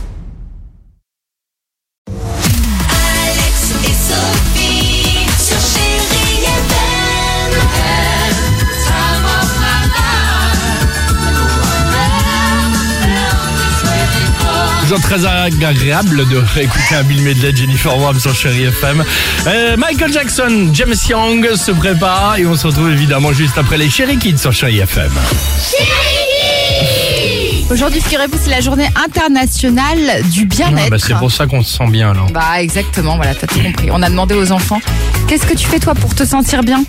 Alex et Sophie sur Chérie FM. Toujours très agréable de réécouter un Bill Medley, Jennifer Warm sur Chéri FM. Euh, Michael Jackson, James Young se prépare et on se retrouve évidemment juste après les Chéri Kids sur Chéri FM. Aujourd'hui, figurez-vous, c'est la journée internationale du bien-être. Ah, bah, c'est pour ça qu'on se sent bien là. Bah, exactement, voilà, t'as tout compris. On a demandé aux enfants, qu'est-ce que tu fais toi pour te sentir bien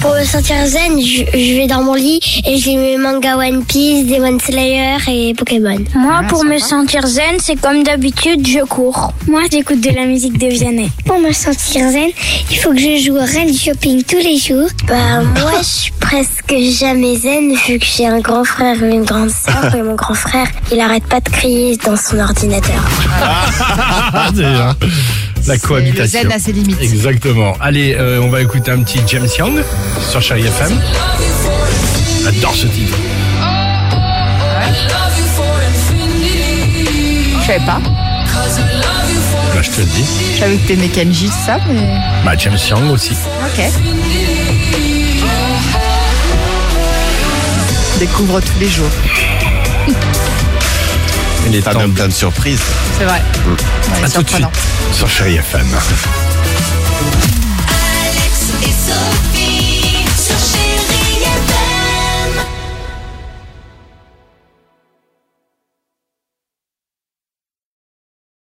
Pour me sentir zen, je, je vais dans mon lit et j'ai mes mangas One Piece, Demon Slayer et Pokémon. Moi, pour me sentir zen, c'est comme d'habitude, je cours. Moi, j'écoute de la musique de Vianney. Pour me sentir zen, il faut que je joue au Ren Shopping tous les jours. Bah, moi, je suis presque jamais zen vu que j'ai un grand frère et une grande sœur et mon grand frère, il arrête pas de crier dans son ordinateur. Ah, c'est, hein, la C'est Le cohabitation. zen à ses limites. Exactement. Allez, euh, on va écouter un petit James Young sur Chéri FM. J'adore ce titre. Je savais pas. Bah, je te le dis. Je savais que t'aimais Kenji, tout ça, mais. Bah, James Young aussi. Ok. Découvre tous les jours. Il est Pas temps même de- plein de surprises. C'est vrai. Ouais, À tout de surprenant. suite sur Chéri FM. Alex et Sophie.